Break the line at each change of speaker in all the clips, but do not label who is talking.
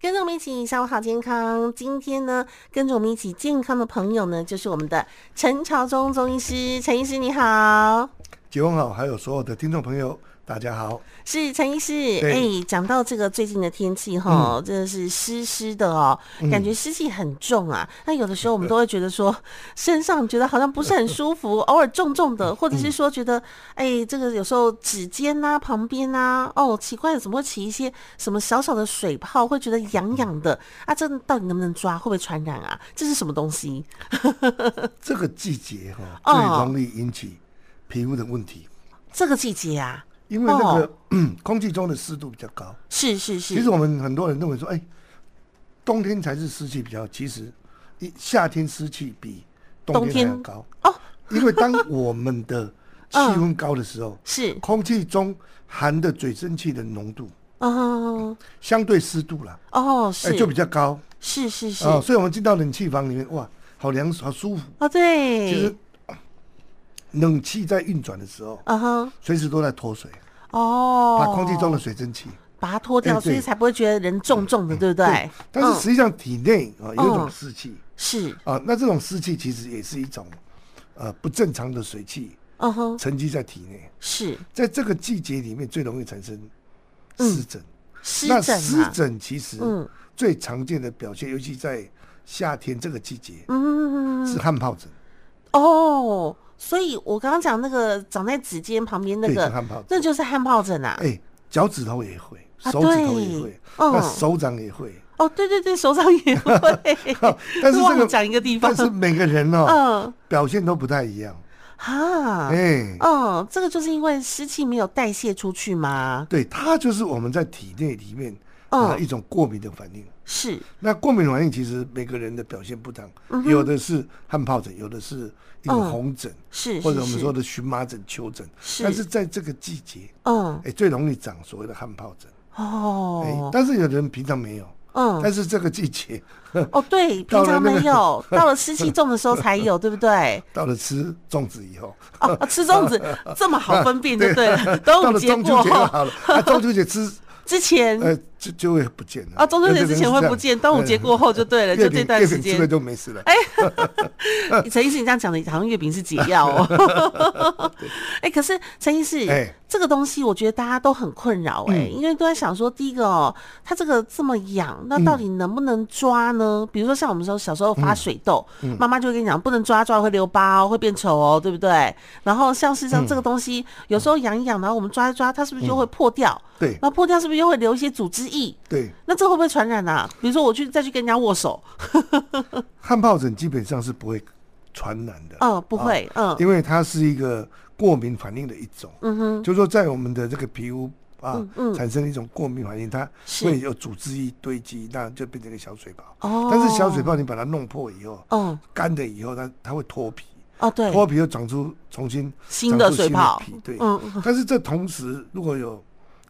跟着我们一起下午好健康。今天呢，跟着我们一起健康的朋友呢，就是我们的陈朝忠中医师。陈医师你好，
解放好，还有所有的听众朋友，大家好。
是陈医师。
对嗯
哎，讲到这个最近的天气哈，真的是湿湿的哦，感觉湿气很重啊。那有的时候我们都会觉得 说，身上觉得好像不是很舒服，偶尔重重
嗯
的，或者是说觉得，哎，这个有时候指尖呐、旁边呐、哦，奇怪，怎么会起一些什么小小的水泡，会觉得痒痒
嗯
的啊？这到底能不能抓？会不会传染啊？这是什么东西？
这个季节哈、
哦
最容易引起皮肤的问题，
这个季节啊，
因为那个、 空气中的湿度比较高。
是是哦是，
其实我们很多人认为说，哎，冬天才是湿气比较，其实一夏天湿气比冬
冬天
天还要高，
哦，
因为当我们的气温高的时候，
是
空气中含的水蒸气的浓度
哦
相对湿度啦，
哦
哎、
是
就比较高
是是是
啊、所以我们进到冷气房里面，哇，好凉，好舒服。
哦对，
其实啊冷气在运转的时候，
啊哈
随时都在脱水，
哦，
嗯把空气中的水蒸气。
把它脱掉，
哎对
所以才不会觉得人重重的，对不对？
但是
嗯
实际上体内啊、有一种
嗯
湿气
是
啊，那这种湿气其实也是一种呃不正常的水汽
嗯哼
沉积在体内，
是
在这个季节里面最容易产生湿疹。
嗯湿
那
疹
湿
啊，
疹其实
嗯
最常见的表现，尤其在夏天这个季节
嗯
是汗疱疹，
哦，所以我刚刚讲那个长在指尖旁边那
对，是
个，
汗疱疹。
那就是汗疱疹啊。
哎，脚趾头也会，
啊
手指头
对
也会，
嗯
那手掌也会。，
哦，对对对，手掌也会
但是这
忘了
个
讲一个地方
但，是每个人哦，
嗯
表现都不太一样。
哈，
哎，
嗯，这个就是因为湿气没有代谢出去吗？
对，它就是我们在体内里面啊
嗯，
一种过敏的反应。
是
那过敏反应其实每个人的表现不同，有的是汗疱疹，有的是一
嗯
种红疹，
是，
或者
是
我们
是
说的荨麻疹、丘疹。
是
但是在这个季节，
嗯
哎，最容易长所谓的汗疱疹。哎
哦，
但是有的人平常没有，
嗯
但是这个季节
哦，对，平
到了
常
那
没
个
有，到了湿气重的时候才有，对不对？
到了吃粽子以后，
哦， 啊吃粽子这么好分辨就对了， 等
到
我
了
们结
中秋
过
节就
后
好了，啊，中秋节吃
之前
呃，就就会不见了
啊，中秋节之前会不
有
见，
的
端午
人是
节
这样
过后就对了，
呃
就
月
这
饼
段
月
时
饼
间哎
吃了。就没事了。
陈医师，你这样讲的，好像月饼是解药 哦。哎、可是陈医师，
哎嗯
这个东西我觉得大家都很困扰哎、因为都在想说，第一个哦，它这个这么痒，那
嗯
到底能不能抓呢？比如说像我们说小时候发水痘，
嗯
妈妈、就会跟你讲，不能抓，抓了会留疤哦，会变丑哦，对不对？然后像是像这
嗯
个东西，有时候痒一痒，然后我们抓一抓，它是不是就会破掉？
对
然后破掉是不是又会留一些组织液？
对，
那这会不会传染啊？比如说我去再去跟人家握手，
汗疱疹基本上是不会传染的，
嗯，不会，嗯，
啊因为它是一个过敏反应的一种，
嗯哼，
就是说在我们的这个皮肤啊
嗯嗯
产生一种过敏反应，它
是
会有组织一堆积，那就变成一个小水泡。
哦，
但是小水泡你把它弄破以后，
嗯，
干了以后它它会脱皮，
哦，对，
脱皮又长出重新
新的
长出
水泡
新的皮，对，
嗯
但是这同时如果有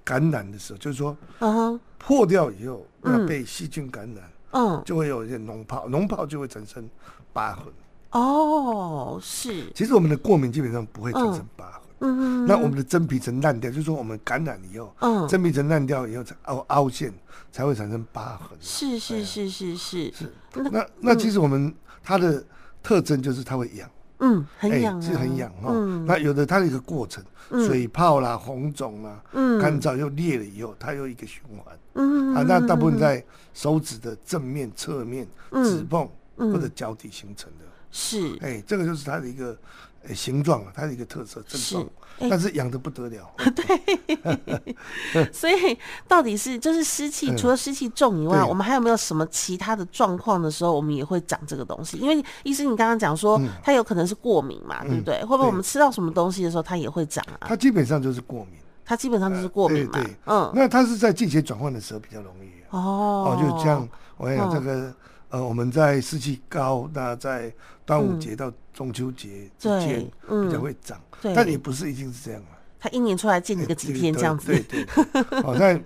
感染的时候，就是说
嗯哼
破掉以后，
嗯
那被细菌感染，
嗯，
就会有一些脓泡，脓泡就会产生疤痕。
哦，是，
其实我们的过敏基本上不会产生疤痕，
嗯，
那我们的真皮层烂掉，就是说我们感染以后，
嗯
真皮层烂掉以后才凹凹陷，才会产生疤痕。
是
哎
嗯是是是是，
那那其实我们它的特征就是它会痒，哎
嗯，很痒啊，
是很痒哈、
嗯
那有的它有一个过程，水泡啦、红肿啦、
嗯
干燥又裂了以后，它又一个循环。
嗯
啊，那大部分在手指的正面、侧面、
嗯
指缝或者脚底形成的。
是
哎、这个就是它的一个、呃形状啊，它的一个特色症
是
状，，
哎
但是痒的不 得了。
所以到底是就是湿气，除了湿气重以外，
嗯对
我们还有没有什么其他的状况的时候，我们也会长这个东西？因为医生你刚刚讲说，
嗯
它有可能是过敏嘛，对不对？会不会我们吃到什么东西的时候，它也会长啊？
它基本上就是过敏，
它基本上就是过敏嘛
对对，
嗯，
那它是在季节转换的时候比较容易、啊。
哦
哦，就像我跟你讲
哦
这个。呃，我们在湿气高，那在端午节到中秋节
嗯
之
对
间
嗯
比较会长，
对
但也不是一定是这样啊。
他一年出来见你个几天这样子，
哎对对，对 好在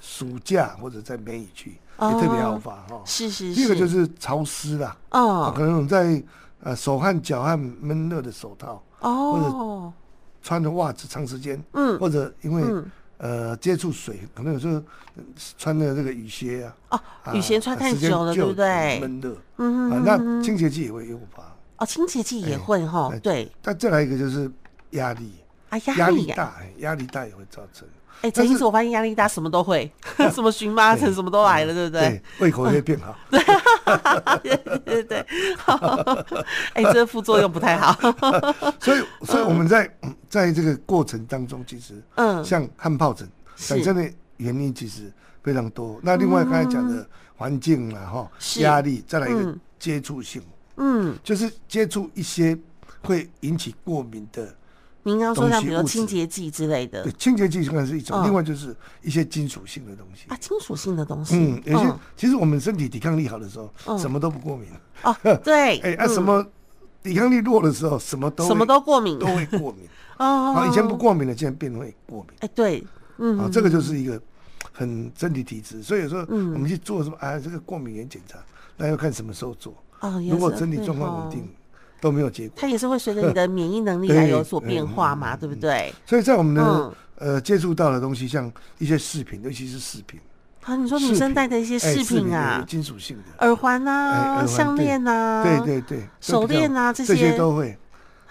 暑假或者在梅雨区也特别好发哈。
哦是是
第
是，
二个就是潮湿啦，啊
哦
可能我们在呃手汗、脚汗闷热的手套，
哦
穿着袜子长时间，
嗯
或者因为呃接触水，可能有时候呃穿的这个雨鞋啊，
哦，
啊
雨鞋穿太
时间
久了，对不对？
闷热
嗯
啊
哼，
那清洁剂也会诱发。
哦，清洁剂也会哈
哎，
对，
但再来一个就是压力，
啊，
压
压
力
力呀，
大，哎压力大也会造成。
哎，
但
陈医
是
师，我发现压力大什么都会， 什么荨麻疹什么都来了，对不 对？
对，胃口也会变好。
对对对， 哎，这副作用不太好。
所以，所以我们在嗯在这个过程当中，其实
嗯，
像汗疱疹
是
产生的原因其实非常多。那另外刚才讲的环境啦，哈，
嗯是
压力，再来一个
嗯
接触性，
嗯，
就是接触一些会引起过敏的，
您刚刚说
东
像
西
比如说
物质
清洁剂之类的
对，清洁剂算是一种，
嗯
另外就是一些金属性的东西
啊，。金属性的东西，
嗯，有些
嗯
其实我们身体抵抗力好的时候，
嗯
什么都不过敏。
哦，对，
哎，啊，
嗯
什么抵抗力弱的时候，什么都
什么
会
都过敏
都会过敏。
哦
啊，以前不，过敏的，现在变会过敏。
哎，对，嗯，
啊，这个就是一个很身体体质，所以有时候我
嗯
们去做什么啊，这个过敏原检查，那要看什么时候做。
哦，也
如果
是
身体
对哦
状况
吼
稳定，都没有结果。
它也是会随着 你的免疫能力
对嗯
来有所变化嘛，对不对？
所以在我们的
嗯
呃接触到的东西，像一些饰品，尤其是饰品，
啊，你说
饰
女生
品
戴的一些
哎
饰品
有有
啊，
金属性的，
耳环
哎耳
啊、
环
项
对
链啊，
对对对，
手
都比较
链啊这
这些
些
都会。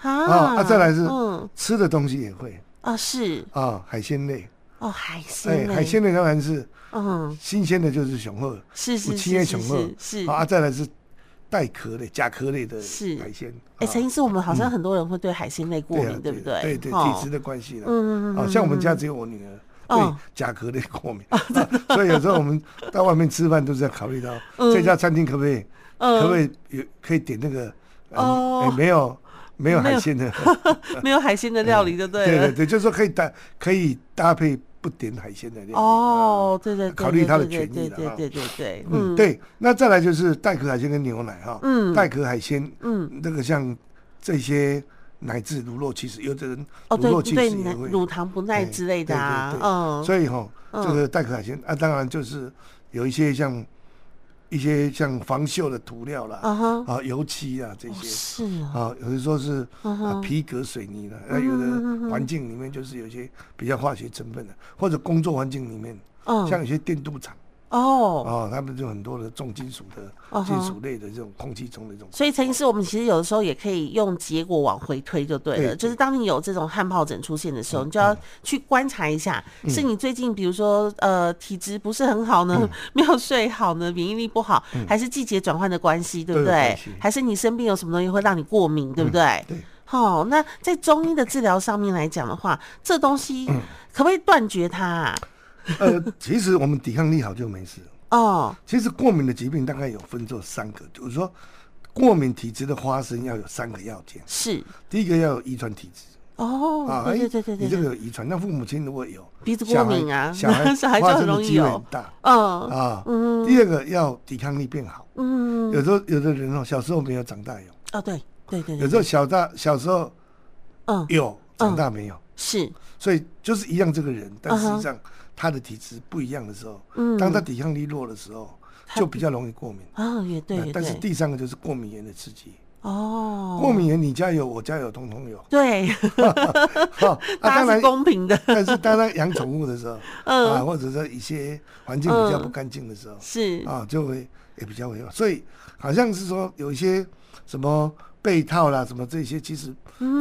啊，
啊再来是
嗯
吃的东西也会
啊是
啊，海鲜类，
哦，海鲜
哎，
类，
海鲜类当然是
嗯
新鲜的，就是雄鹤，
是
有
是
青叶
是
雄
是
鹤
是，是
啊，再来是带壳类、甲壳类的
是
海鲜。
哎，
啊
陈医师，我们好像很多人会对海鲜类过敏，对不
对啊？对对，
哦
体质的关系了。
嗯嗯嗯
啊，像我们家只有我女儿对
哦啊
甲壳类过 敏，啊所以有时候我们到外面吃饭都是要考虑到
嗯
这家餐厅可不可以，可不可以有可以点那个呃
哦
哎没有没有
没
海
有
鲜的，
没有海鲜的料理就 对
哎对
了。
对对，就是说可以搭可以搭配不点海鲜的料理。
哦，对对，对
啊考虑
对
他的
对
权
对
益了
对
啊
对对对，
嗯，，对，那再来就是带壳海鲜跟牛奶哈，
嗯
带壳海鲜，
嗯，
那个像这些奶制乳酪，其实有的人
哦，
乳
对
酪其
对，
实也
奶
会
乳糖不耐
对
之类的
对对
啊
对，
嗯，
所以哈，
嗯
这个带壳海鲜啊，当然就是有一些像啊一些像防锈的涂料啦，
啊哈，
啊油漆啊这
哦
些
是啊，
啊，有的说是
嗯
啊
哼，
皮革水泥的，那
嗯
有
嗯嗯
的
嗯
环境里面就是有一些比较化学成分的，或者工作环境里面，像
嗯，
有些电镀厂
哦，
啊，他们就很多的重金属的
啊哈
金属类的这种空气中的这种，
所以陈医师，我们其实有的时候也可以用结果往回推就对
对
了，
对
就是当你有这种汗疱疹出现的时候，你就要去观察一下，
嗯
是你最近比如说呃体质不是很好呢， 没有睡好呢，免疫力不好，还是季节转换的关系，对不
都
对
嗯有关系？嗯
还是你身边有什么东西会让你过敏，对不对？
对。
好、那在中医的治疗上面来讲的话，这东西
嗯
可不可以断绝它、啊？
呃，其实我们抵抗力好就没事。
哦，
其实过敏的疾病大概有分作三个，就是说过敏体质的发生要有三个要件，
是
第一个要有遗传体质。
哦，
哎
对对对对
你这
对
个
对，
有遗传，那父母亲如果有
鼻子
小
过
孩
敏啊，
小孩
小孩就
发
很
生的
容易
机会
有
很，大
嗯
啊。
嗯
第二个要抵抗力变好，
嗯，
有时候有的人哦，小时候没有，长大有；
哦对对对
有
对，
时候小大小时候
嗯
有，长大没有，
是
所以就是一样这个人，但
嗯
实
哼
际上他的体质不一样的时候，
嗯
当他抵抗力弱的时候，
他
就比较容易过敏。
啊、也对
那
也
但是
对，
第三个就是过敏源的刺激，
哦，
过敏源你家有，我家有，通 通有。
对，
哈啊，
大
当
家是
然，
公平的，
但是当然养宠物的时候，
嗯
啊，或者说一些环境比较不
嗯
干净的时候，
是
啊，就会也比较会有。所以好像是说有一些什么被套啦，什么这些，其实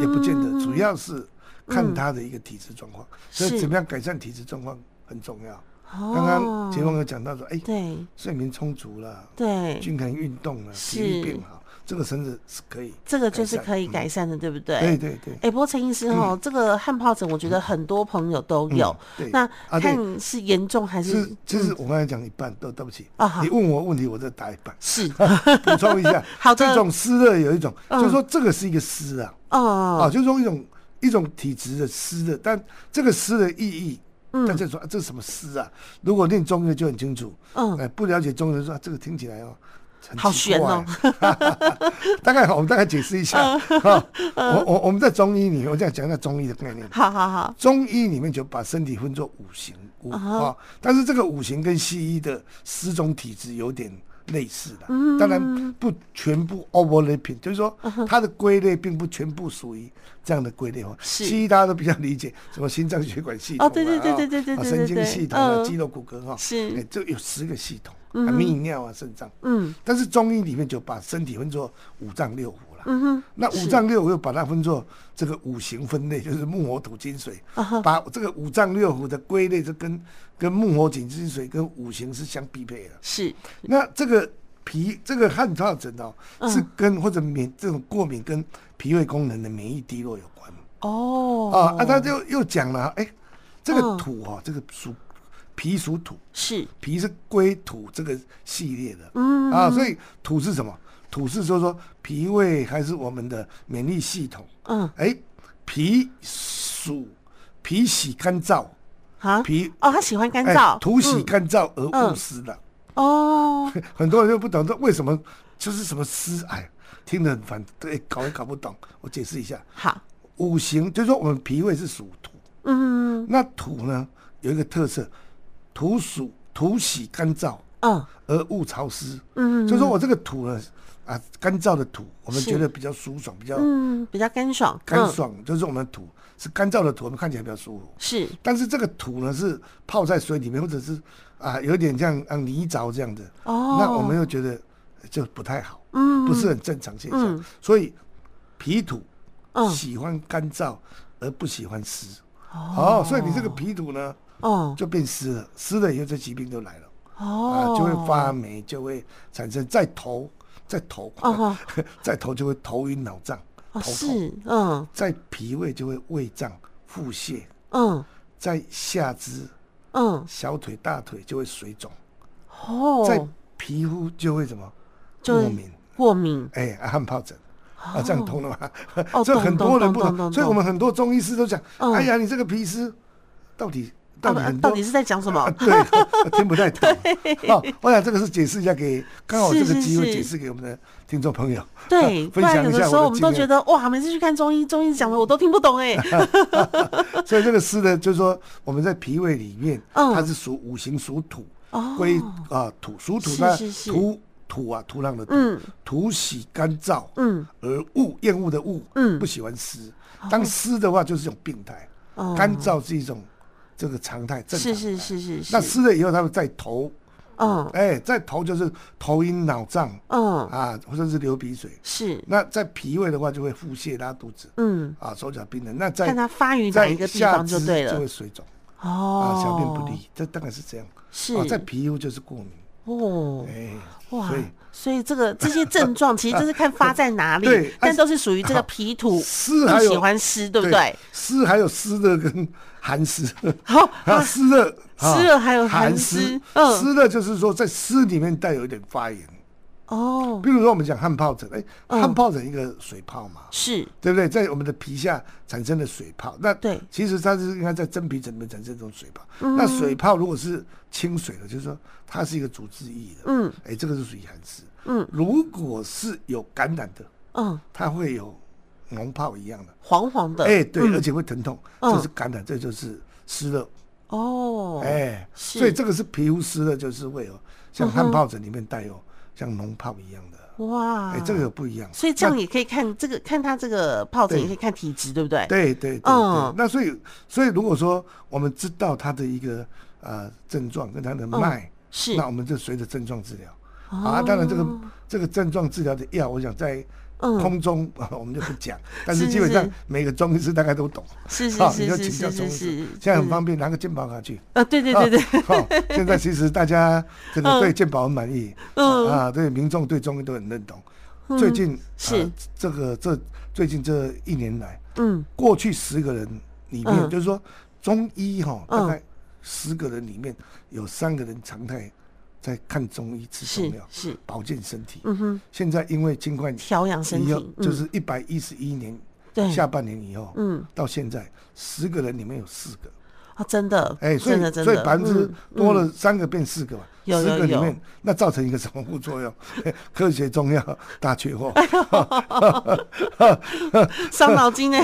也不见
嗯
得，主要是看他的一个体质状况。所以
是
怎么样改善体质状况很重要。
哦，
刚刚杰峰有讲到说，哎，
对
睡眠充足啦，
对，
均衡运动啦，体力
嗯是
变好，这个甚至是可以。
这个就是
改善嗯
可以改善的，对不对？
对嗯对对。
哎、不过陈医师哦，这个汗疱疹，我觉得很多朋友都有。
对
那
啊对
看是严重还是
是，其实我刚才讲一半，都对不起
嗯啊，好。
你问我问题，我再答一半
是
补充一下，
好的
这种湿热有一种，
嗯
就是说这个是一个湿啊，啊，
哦，
就是说一种一种体质的湿热，但这个湿的意义，大家说啊这是什么湿啊？如果念中医的就很清楚，
嗯，
哎，不了解中医的说啊这个听起来哦。很
好
奇怪啊
玄哦哦 嗯
大概我们大概解释一下哈。我我我们在中医里面，我这样讲一下中医的概念。
好好好，
中医里面就把身体分作五行五
啊
啊、
哈
但是这个五行跟西医的十种体质有点类似的，
嗯
当然不全部 overlapping，就是说
啊
它的归类并不全部属于这样的归类哦。
是
西医大家都比较理解，什么心脏血管系统啊，
哦对对对对对对
啊
对
神
对
经系统
嗯
啊，肌肉骨骼哈，
是
哎，这有十个系统，啊，泌尿啊，肾脏，
嗯
但是中医里面就把身体分作五脏六腑了。
嗯哼，
那五脏六腑又把它分作这个五行分类，就是木火土金水
啊哈，
把这个五脏六腑的归类，就跟跟木火土金水跟五行是相匹配的。
是
那这个脾这个汗疱疹哦，
嗯
是跟或者免这种过敏跟脾胃功能的免疫低落有关
哦
啊啊，他就又讲了，哎，这个
嗯
土哦，这个属脾属土，
是
脾是归土这个系列的，
嗯
啊，所以土是什么？土是说说脾胃还是我们的免疫系统？
嗯
哎，脾属脾喜干燥，
啊
脾
哦，他喜欢干
哎
燥，
土喜
嗯
干燥而
嗯
勿湿的。
哦，
很多人就不懂这为什么就是什么湿，哎，听得很烦，对，搞也搞不懂。我解释一下，
好，
五行就是说我们脾胃是属土，
嗯
那土呢有一个特色，土属土喜干燥
嗯
而勿潮湿，
嗯，
所以说我这个土呢，啊，干燥的土，我们
是
觉得比较舒爽，比较
嗯比较干爽，
干
嗯
爽，就是我们的土是干燥的土，我们看起来比较舒服。
是
但是这个土呢是泡在水里面，或者是啊有点像啊泥沼这样的，
哦
那我们又觉得就不太好，
嗯
不是很正常现象。
嗯
所以脾土
嗯
喜欢干燥而不喜欢湿，哦所以你这个脾土呢
哦
就变湿了，湿了以后这疾病就来了。啊
哦，，
就会发霉，就会产生在头，在头，
哦 哦
在头就会头晕脑胀，头
哦
痛，
是嗯
在脾胃就会胃胀腹泻，
嗯
在下肢
嗯
小腿大腿就会水肿，在
哦，
皮肤就会什么
就
过
会
敏，
过敏
哎、啊汗疱疹。啊，这样通了吗？
哦
所以
懂
很多
懂懂
人不
懂懂
所以我们很多中医师都讲，
嗯
哎呀，你这个皮湿，到底到底
啊
很多
到底是在讲什么
啊？ 对，听不太懂。哦，我想这个是解释一下给，刚好这个机会
是是是
解释给我们的听 众朋友，
对，不
分
然
享
有
一
的
下
时候我
我
们
的
都
经
觉
验。
得哇，每次去看中医，中医讲的我都听不懂 哎。
所以这个湿呢，就是说我们在脾胃里面，
嗯
它是属五行属土
哦，
归啊土属土，
是
那
是是
土土啊土壤的
嗯
土，土喜干燥，
嗯，
而恶厌恶的恶，
嗯
不喜欢湿。当湿的话，就是一种病态
哦，
干燥是一种这个常态， 正常
是
啊
是
的
是是是，
那湿了以后，它会在头。
嗯
哎，在头就是头晕脑胀
嗯
啊，或者是流鼻水。
是
那在脾胃的话，就会腹泻、拉肚子
嗯，
啊，手脚冰冷。那在
看它发于哪
在
一个地
下
方
肢
就对
就
了
会。水肿
哦
啊，，小便不利，这当然是这样。
是
啊，在皮肤就是过敏，
哦
哎，
哇
所以，
所以这 个这些症状其实就是看发在哪
对
里
啊，
但都是属于这个
好
脾土
湿
不
还有
喜欢湿，对不对？？
湿还有湿热跟寒湿，
好
啊，湿热，啊
湿热还有寒
寒
湿
湿，
嗯
湿热就是说在湿里面带有一点发炎。
哦，
比如说我们讲汗疱疹，哎，
嗯
汗疱疹一个水泡嘛，
是
对不对？在我们的皮下产生的水泡，那
对嗯
其实它是应该在真皮层里面产生这种水泡。那水泡如果是清水的，就是说它是一个组织液的，
嗯，
哎，这个是属于寒湿。
嗯，
如果是有感染的，
嗯
它会有脓泡一样的，
黄黄的，
哎，对，
嗯
而且会疼痛，
嗯
这是感染，这就是湿热，
哦，
哎，
是嗯
所以这个是皮肤湿热，就是会有像汗疱疹里面带有像脓泡一样的，
哇，
哎，这个有不一样。
啊所以这样
那
也可以看这个，看他这个疱疹
对
也可以看体质，对不对？，
对对对对，
嗯
那所以所以如果说我们知道他的一个呃症状跟他的脉，
嗯是
那我们就随着症状治疗、
哦
啊。当然这个这个症状治疗的药，我想在
嗯
空中、 啊我们就不讲，但
是
是
是
基本上
是
每个中医师大概都懂。
是 是
啊
是
你就是请教
是
中
是
医
是
师，
是，嗯
现在很方便，拿个健保卡去。
啊，对 对对对，
好，现在其实大家这个对健保很满意，
嗯
啊，对民众对中医都很认同。最近
是
啊这个这最近这一年来，
嗯
过去十个人里面，
嗯
就是说中医哈，
嗯
大概十个人里面有三个人常态在看中医吃中
是
药，
是，
保健身体。
嗯哼，
现在因为新冠
调养身
以后
体，
就
嗯
是一百一十一年
对
下半年以后，
嗯
到现在十个人里面有四个，
啊，真的，
哎，所以
真的真
所以
的，
百分之
嗯
多了三个变四个嘛，
有
十个里
有有
面那造成一个什么副作用？哎科学中药大缺货，
嗯伤脑 筋呢，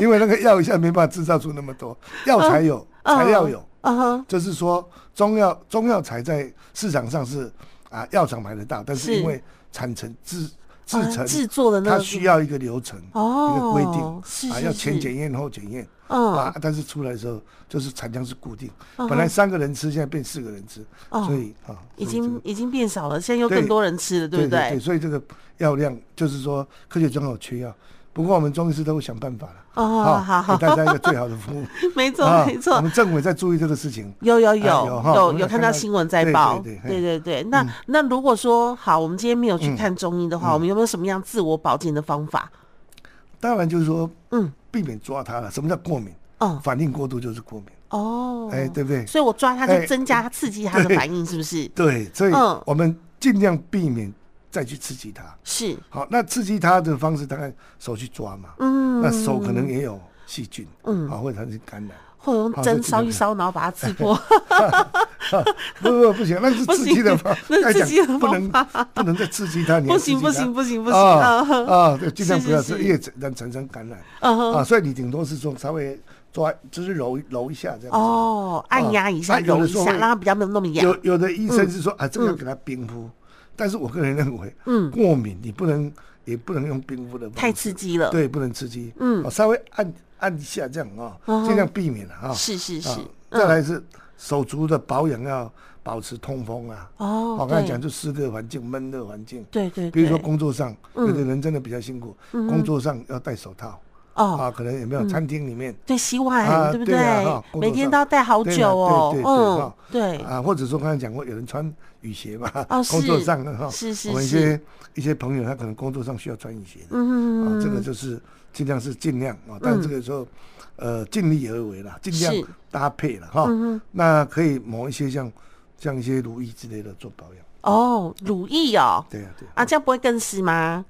因为那个药一下没办法制造出那么多，药材
嗯
有，材料有。
啊哈，
就是说中药中药材在市场上是啊，药厂买得到，但是
是
因为产成制制
啊
成，
制作的那
它
个
需要一个流程，一个规
哦，是
定啊，
是
要前
是
检验后检验
嗯
啊，但是出来的时候就是产量是固定，
嗯
本来三个人吃，现在变四个人吃，
哦
所以啊，
已
所以这
经
个
已经变少了，现在又
对
更多人吃了，对
对
不
对，？所以这个药量就是说科学中有缺药，不过我们中医师都会想办法了。
哦，好好，
给哎大家一个最好的服务。
没 错
啊
没
我
错。
们政委在注意这个事情。
有有
哎
有
有哈我
有
们
有
有看
看到
到
新闻在
对
报，
对对嘿嗯
对对对。那那如果说好，我们今天没有去看中医的话，我们有没有什么样自我保健的方法？
当然就是说，
嗯，
避免抓它了。什么叫过敏？
嗯，
反应过度就是过敏。
哦，
哎，对不对？
所以我抓它
哎
就增加刺激它的
对
反应，是不是？
对，所以
嗯
我们尽量避免再去刺激它。
是，
好，那刺激它的方式，大概手去抓嘛。
嗯，
那手可能也有细菌，
嗯
啊，会产生感染。
或者用
好
针
这
烧
这
一
个
烧，然后把它刺破。
不不不行，那是
不
刺激的
行
方，
那是
该
刺
讲
激的
不
方
能不能再刺激 它，你要
不
刺
行
激
不
它
行不行不行
啊
啊！
啊，对，尽量
是
不要
是
吃，
是
因为产产生感染。
嗯哼
啊，所以你顶多是说稍微抓，就是揉揉一下这样子。
哦，按压一下，
啊有的
揉一
时候
下，
会
让它比较没有那么痒。
有有的医生是说、啊，这个要给他冰敷，但是我个人认为，
嗯，
过敏你不能也不能用冰敷的方式，
太刺激了。，
对，不能刺激，
嗯
哦，稍微按按一下这样啊、
嗯哼
尽量避免了啊。
是是是嗯
啊，，再来是手足的保养要保持通风啊。
哦，
我刚才
对
讲就湿热环境、闷热环境，
对对，
比如说
对嗯
工作上，有的人真的比较辛苦，工作上要戴手套
哦，
啊，可能有没有餐厅里面。
对，洗碗
啊
对不
对啊哈工
每
作
天
上
都要戴好
对啊
久哦，嗯，
对对
对
对，哈啊，或者说刚才讲过，有人穿雨鞋嘛，
哦
工作
是
上的哈，
是是
我们一
是
些一些朋友他可能工作上需要穿雨鞋的，啊，
嗯，
这个就是尽量是尽量啊，但这个时候呃尽力而为啦，尽量
是嗯
搭配了哈，那可以抹一些像像一些乳液之类的做保养，
哦，乳液哦，
对呀对啊，
啊，这样不会更湿吗？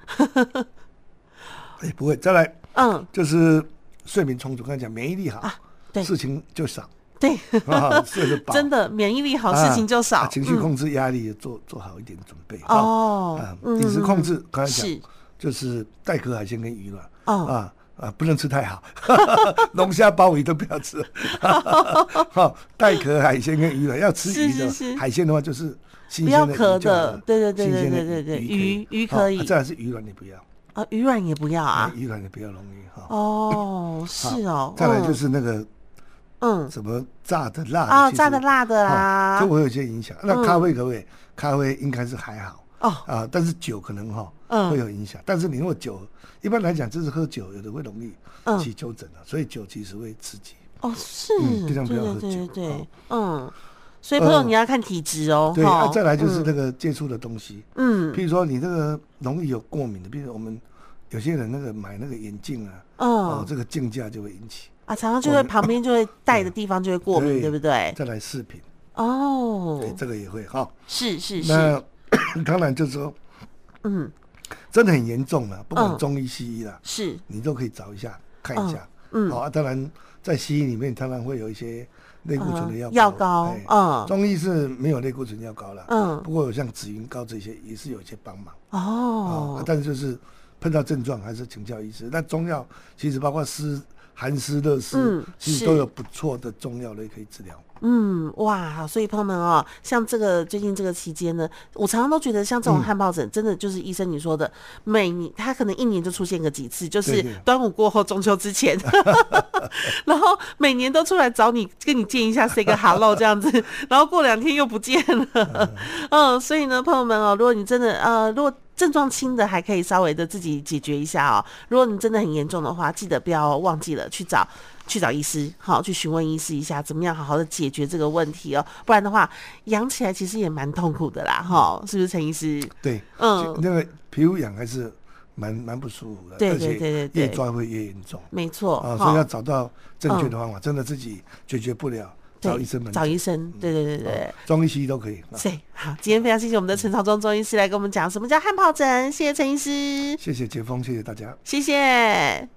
哎不会，再来
嗯，
就是睡眠充足，刚才讲免疫力好，
啊对
事情 就少，
对，
啊，睡得饱，
真的免疫力好，事情就
啊
少嗯
啊。情绪控制、压力也做做好一点准备哈
哦
啊，
嗯
饮食控制，刚才
是
讲就是带壳海鲜跟鱼了。
哦
啊啊，不能吃太好， 龙虾、鲍鱼都不要吃。 好，带壳海鲜跟鱼了，要吃
是
鱼
是是
的海鲜的话就是新
不
鲜
要
的鱼
壳
就好
的
了
对对对
新
对
鲜的
对对对
鱼
鱼鱼
好
可
啊
以
再来是鱼卵你不要
啊，鱼卵也不要啊
啊，。鱼卵你不要容易哈。
哦，是哦，
再来就
嗯
是那个
嗯
什么炸的辣的
啊，
其
炸
实
的辣的嗯
啊，
啦
这，我有些影响。那咖啡可不可以？咖啡应该是还好
哦，
啊，但是酒可能哈、
嗯
会有影响。但是你如果酒，一般来讲就是喝酒，有的会容易
嗯
起纠疹啊，所以酒其实会刺激。
哦，是，对
嗯尽量不要
对
喝
对
酒
对对
哦，
嗯，所以朋友
呃
你要看体质哦，
对，
哈
啊、再来就是那个接触的东西，
嗯
譬如说你这个容易有过敏的，譬如我们有些人那个买那个眼镜啊，哦
嗯，
这个镜架就会引起。
啊，常常就会旁边就 会带的地方就会过敏，对不对？
再来饰品，
哦
对，，这个也会哈、
是是是，
那 当然就是说，
嗯，
真的很严重了、不管
嗯
中医西医啦，
是，
你都可以找一下看一下。
嗯
好、啊，当然在西医里面，当然会有一些类固醇的药
嗯药膏
哎
嗯
中医是没有类固醇药膏了，
嗯
不过有像紫云膏这些也是有一些帮忙啊、
哦，
但是就是碰到症状还是请教医师。那中药其实包括湿、寒湿、热湿，
嗯
其
是
实都有不错的中药类可以治疗。
嗯，哇，所以朋友们哦，像这个最近这个期间呢，我常常都觉得像
嗯
这种汗疱疹，真的就是医生你说的，每你他可能一年就出现个几次，就是
对对
端午过后、中秋之 前， 然后每年都出来找你，跟你见一下，say 个 hello 这样子，然后过两天又不见了，嗯，所以呢，朋友们哦，如果你真的呃，如果症状轻的还可以稍微的自己解决一下哦。如果你真的很严重的话，记得不要忘记了去找去找医师，好去询问医师一下怎么样好好的解决这个问题哦。不然的话，养起来其实也蛮痛苦的啦，哈，是不是陈医师？
对，
嗯
那个皮肤痒还是蛮蛮不舒服的，
对
而
对
且
对对对哦
越抓会越严重。
没错，
啊，
哈
所以要找到正确的方法，真的自己解决不了，
哦对
找医生门诊
找医生，对对对对。对
中医西医都可以。啊
所以好，今天非常谢谢我们的陈朝忠中医师来跟我们讲什么叫汗疱疹，谢谢陈医师，
谢谢杰峰，谢谢大家。
谢谢。